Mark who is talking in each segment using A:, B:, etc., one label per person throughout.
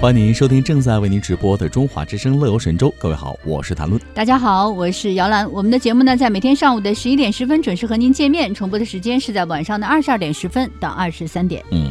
A: 欢迎您收听正在为您直播的《中华之声·乐游神州》。各位好，我是谭论。
B: 大家好，我是姚兰。我们的节目呢，在每天上午的十一点十分准时和您见面，重播的时间是在晚上的二十二点十分到二十三点。
A: 嗯，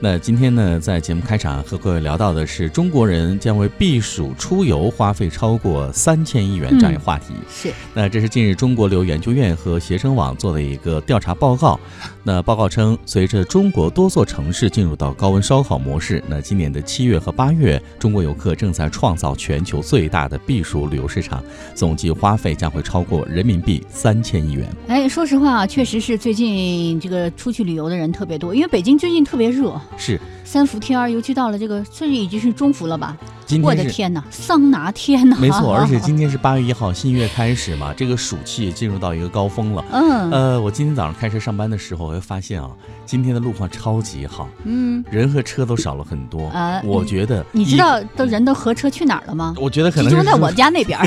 A: 那今天呢，在节目开场和各位聊到的是中国人将为避暑出游花费超过三千亿元这样一个话题。
B: 是，
A: 那这是近日中国旅游研究院和携程网做的一个调查报告。那报告称，随着中国多座城市进入到高温烧烤模式，那今年的七月和八月，中国游客正在创造全球最大的避暑旅游市场，总计花费将会超过人民币三千亿元。
B: 哎，说实话啊，确实是最近这个出去旅游的人特别多，因为北京最近特别热，
A: 是，
B: 三伏天儿，尤其到了这个，这已经是中伏了吧？
A: 今
B: 我
A: 天
B: 的
A: 是。
B: 天哪，桑拿天哪！
A: 没错，而且今天是八月一号，新月开始嘛，这个暑气进入到一个高峰了。
B: 嗯
A: 呃，我今天早上开车上班的时候，我会发现啊，今天的路况超级好，
B: 嗯，
A: 人和车都少了很多。
B: 啊
A: 我觉得
B: 你知
A: 一，
B: 道都人都合车去哪儿了吗？
A: 我觉得可
B: 集
A: 能是
B: 中在我们家那边儿，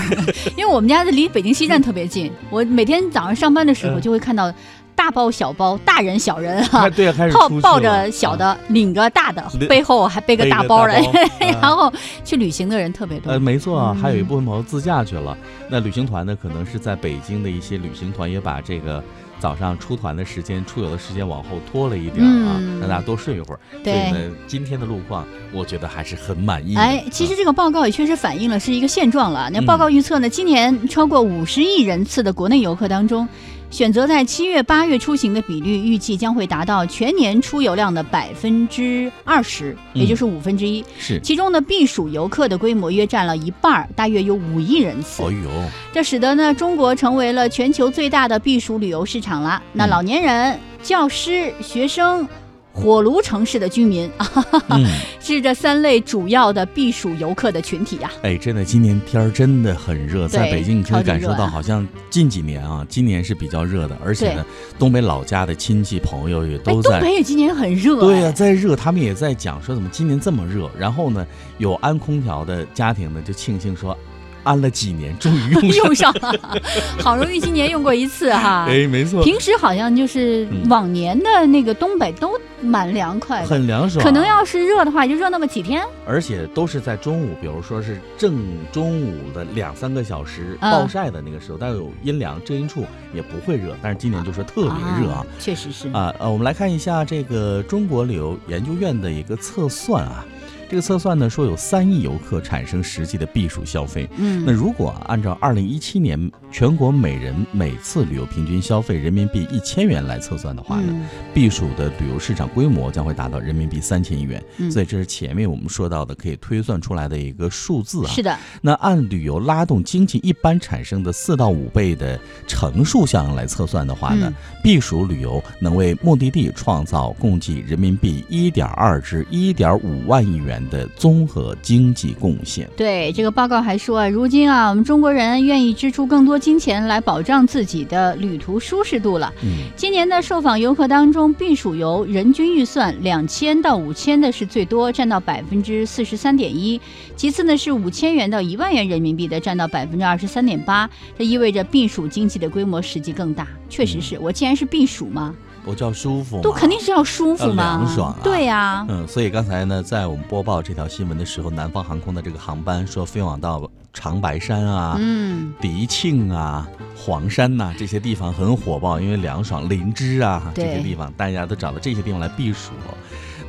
B: 因为我们家离北京西站特别近。我每天早上上班的时候
A: 嗯
B: 就会看到大包小包、大人小人哈、
A: 开对开始
B: 啊抱
A: 出去
B: 抱
A: 了
B: 着小的，
A: 啊
B: 领着大的
A: 领，
B: 背后还背
A: 背
B: 个
A: 着
B: 大
A: 大
B: 包的，
A: 包啊
B: 然后去旅行的人特别多
A: 呃，。没错啊，
B: 嗯
A: 还有一部分朋友自驾去了。那旅行团呢，可能是在北京的一些旅行团也把这个早上出团的时间、出游的时间往后拖了一点儿啊，
B: 嗯
A: 让大家多睡一会儿。所以
B: 对，
A: 呢，今天的路况我觉得还是很满意的。啊
B: 哎，其实这个报告也确实反映了是一个现状了。那
A: 嗯
B: 报告预测呢，今年超过五十亿人次的国内游客当中，选择在七月、八月出行的比率预计将会达到全年出游量的百分之二十，
A: 嗯
B: 也就是五分之一。
A: 啊是，
B: 其中呢，避暑游客的规模约占了一半儿，大约有五亿人次
A: 哦。呦，
B: 这使得呢，中国成为了全球最大的避暑旅游市场啦。那
A: 嗯
B: 老年人、教师、学生。火炉城市的居民啊，
A: 嗯，
B: 是这三类主要的避暑游客的群体啊。
A: 哎，真的，今年天儿真的很热，在
B: 对
A: 北京你可
B: 超
A: 以
B: 级
A: 感受
B: 热
A: 到，
B: 啊
A: 好像近几年啊，今年是比较热的，而且呢，东北老家的亲戚朋友也
B: 哎，
A: 都
B: 东
A: 在。
B: 北也今年很热、哎。
A: 对呀、在热，他们也在讲说怎么今年这么热。然后呢，有安空调的家庭呢，就庆幸说，安了几年，终于用上。
B: 用上 了，好容易今年用过一次哈。
A: 哎，没错，
B: 平时好像就是
A: 嗯
B: 往年的那个东北都蛮凉快的，
A: 很啊凉爽。
B: 可能，要是热的话，也就热那么几天。
A: 而且都是在中午，比如说是正中午的两三个小时
B: 嗯
A: 暴晒的那个时候，但有阴凉遮阴处，也不会热。但是今年就说特别热啊。，
B: 确实是。
A: 啊，呃，我们来看一下这个中国旅游研究院的一个测算啊，这个测算呢说有三亿游客产生实际的避暑消费。那
B: 嗯，
A: 如果啊按照二零一七年全国每人每次旅游平均消费人民币一千元来测算的话呢，
B: 嗯
A: 避暑的旅游市场规模将会达到人民币三千亿元。
B: 嗯
A: 所以这是前面我们说到的可以推算出来的一个数字啊。
B: 是的，
A: 那按旅游拉动经济一般产生的四到五倍的乘数项来测算的话呢，避暑旅游能为目的地创造共计人民币一点二至一点五万亿元的综合经济贡献。
B: 对这个报告还说啊，如今啊，我们中国人愿意支出更多金钱来保障自己的旅途舒适度了。
A: 嗯，
B: 今年的受访游客当中，避暑游人均预算两千到五千的是最多，占到百分之四十三点一。其次呢是五千元到一万元人民币的，占到百分之二十三点八。这意味着避暑经济的规模实际更大。确实
A: 嗯
B: 是我既然是避暑嘛，
A: 我叫舒服嘛，
B: 都肯定是要舒服嘛，
A: 要凉爽啊
B: 对 呀、
A: 嗯，所以刚才呢，在我们播报这条新闻的时候，南方航空的这个航班说飞往到长白山啊、
B: 嗯。
A: 迪庆啊、黄山呐、这些地方很火爆，因为凉爽、林芝啊这
B: 对
A: 些地方，大家都找到这些地方来避暑。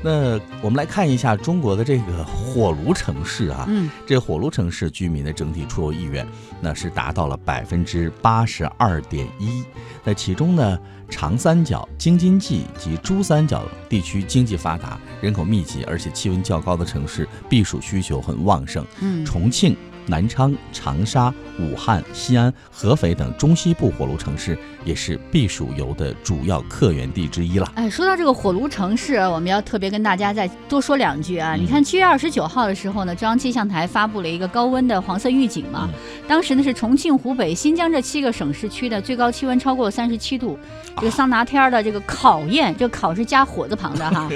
A: 那我们来看一下中国的这个火炉城市啊，
B: 嗯，
A: 这火炉城市居民的整体出游意愿，那是达到了百分之八十二点一。那其中呢，长三角、京津冀及珠三角地区经济发达、人口密集，而且气温较高的城市，避暑需求很旺盛。
B: 嗯
A: 重庆、南昌、长沙、武汉、西安、合肥等中西部火炉城市，也是避暑游的主要客源地之一了。
B: 哎，说到这个火炉城市，啊我们要特别跟大家再多说两句啊！你
A: 嗯
B: 看七月二十九号的时候呢，中央气象台发布了一个高温的黄色预警嘛，
A: 嗯
B: 当时呢是重庆、湖北、新疆这七个省市区的最高气温超过三十七度，
A: 啊
B: 这个桑拿天儿的这个考验，这个考是加火字旁的 哈。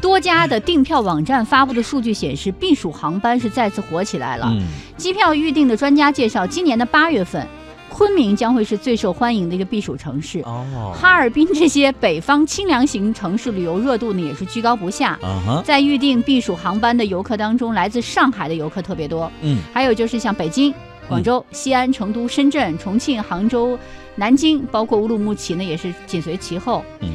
B: 多家的订票网站发布的数据显示，避暑航班是再次火起来了。
A: 嗯，
B: 机票预订的专家介绍，今年的八月份。昆明将会是最受欢迎的一个避暑城市。
A: 哦，
B: 哈尔滨这些北方清凉型城市旅游热度呢也是居高不下。
A: 啊哈，
B: 在预定避暑航班的游客当中，来自上海的游客特别多，
A: 嗯，
B: 还有就是像北京、广州、西安、成都、深圳、重庆、杭州、南京，包括乌鲁木齐呢，也是紧随其后。
A: 嗯，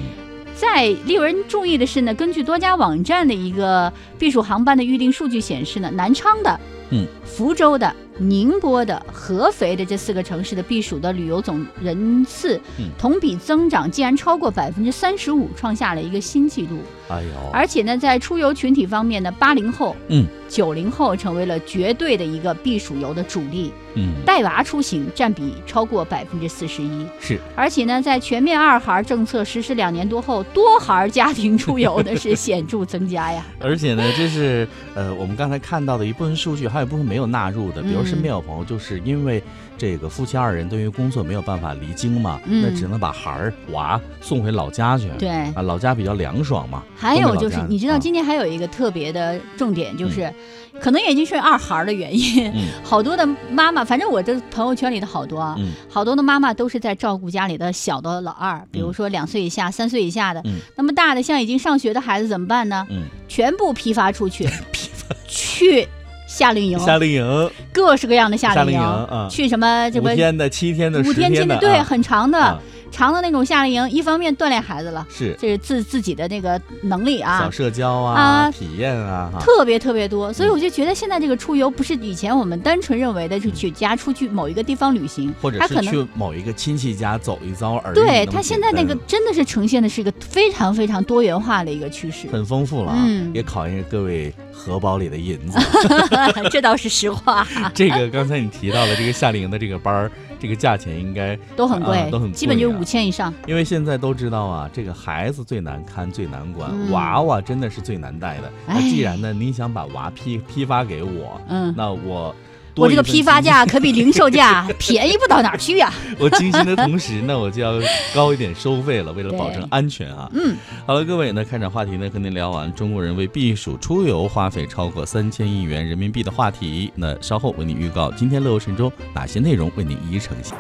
B: 在令人注意的是呢，根据多家网站的一个避暑航班的预订数据显示呢，南昌的、
A: 嗯、
B: 福州的、宁波的、合肥的这四个城市的避暑的旅游总人次、
A: 嗯
B: 同比增长竟然超过百分之三十五，创下了一个新纪录。
A: 哎呦，
B: 而且呢，在出游群体方面呢，八零后、
A: 嗯、
B: 九零后成为了绝对的一个避暑游的主力，
A: 嗯，
B: 带娃出行占比超过百分之四十一。
A: 是，
B: 而且呢，在全面二孩政策实施两年多后，多孩家庭出游呢是显著增 加呀。
A: 而且呢，这是呃，我们刚才看到的一部分数据，还有一部分没有纳入
B: 嗯
A: 的，比如身边有朋友就是因为这个夫妻二人对于工作没有办法离京嘛，
B: 嗯
A: 那只能把孩儿娃送回老家去。
B: 对，
A: 啊，老家比较凉爽嘛。
B: 还有就
A: 东
B: 是
A: 北老家，
B: 你知道
A: 啊
B: 今年还有一个特别的重点，就是可能也就是二孩的原因，
A: 嗯
B: 好多的妈妈，反正我这朋友圈里的好多啊，
A: 嗯
B: 好多的妈妈都是在照顾家里的小的老二，比如说两岁以下、三岁以下的。
A: 嗯
B: 那么大的像已经上学的孩子怎么办呢？
A: 嗯，
B: 全部批发 出去，批发去夏令营，
A: 夏令营
B: 各式各样的夏
A: 夏
B: 令
A: 令
B: 营，
A: 营啊
B: 去什么这
A: 五
B: 个
A: 天的、七天的、
B: 五
A: 十
B: 天
A: 天
B: 进
A: 的，
B: 对，
A: 啊
B: 很长的、
A: 啊
B: 长的那种夏令营，一方面锻炼孩子了，
A: 是
B: 这是自自己的那个能力啊
A: 小。社交啊、
B: 啊
A: 体验啊，哈
B: 特别特别多，所以我就觉得现在这个出游不是以前我们单纯认为的，就
A: 嗯
B: 举家出去某一个地方旅行，
A: 或者
B: 它
A: 是
B: 可能
A: 去某一个亲戚家走一遭而已。
B: 对
A: 那么
B: 它现在
A: 简单
B: 那个真的是呈现的是一个非常非常多元化的一个 趋势，
A: 很丰富了啊，
B: 嗯
A: 也考验各位荷包里的银子。啊
B: 这倒是实话，
A: 这个刚才你提到了这个夏令营的这个班儿，这个价钱应该，
B: 都很贵，
A: 啊都很贵
B: 基本就是
A: 啊
B: 五千以上。
A: 因为现在都知道啊，这个孩子最难看、最难管，
B: 嗯
A: 娃娃真的是最难带的。那
B: 哎
A: 既然呢，你想把娃批批发给我，
B: 嗯，
A: 那我多
B: 我这个
A: 一份
B: 批发
A: 精
B: 价可比零 售价便宜不到哪儿去呀、
A: 心， 我精心的同时呢，我就要高一点收费了，为了保证
B: 对
A: 安全啊。
B: 嗯，
A: 好了，各位呢，开展话题呢，和您聊完中国人为避暑出游花费超过三千亿元人民币的话题，那稍后为您预告今天乐游神州哪些内容为您一一呈现。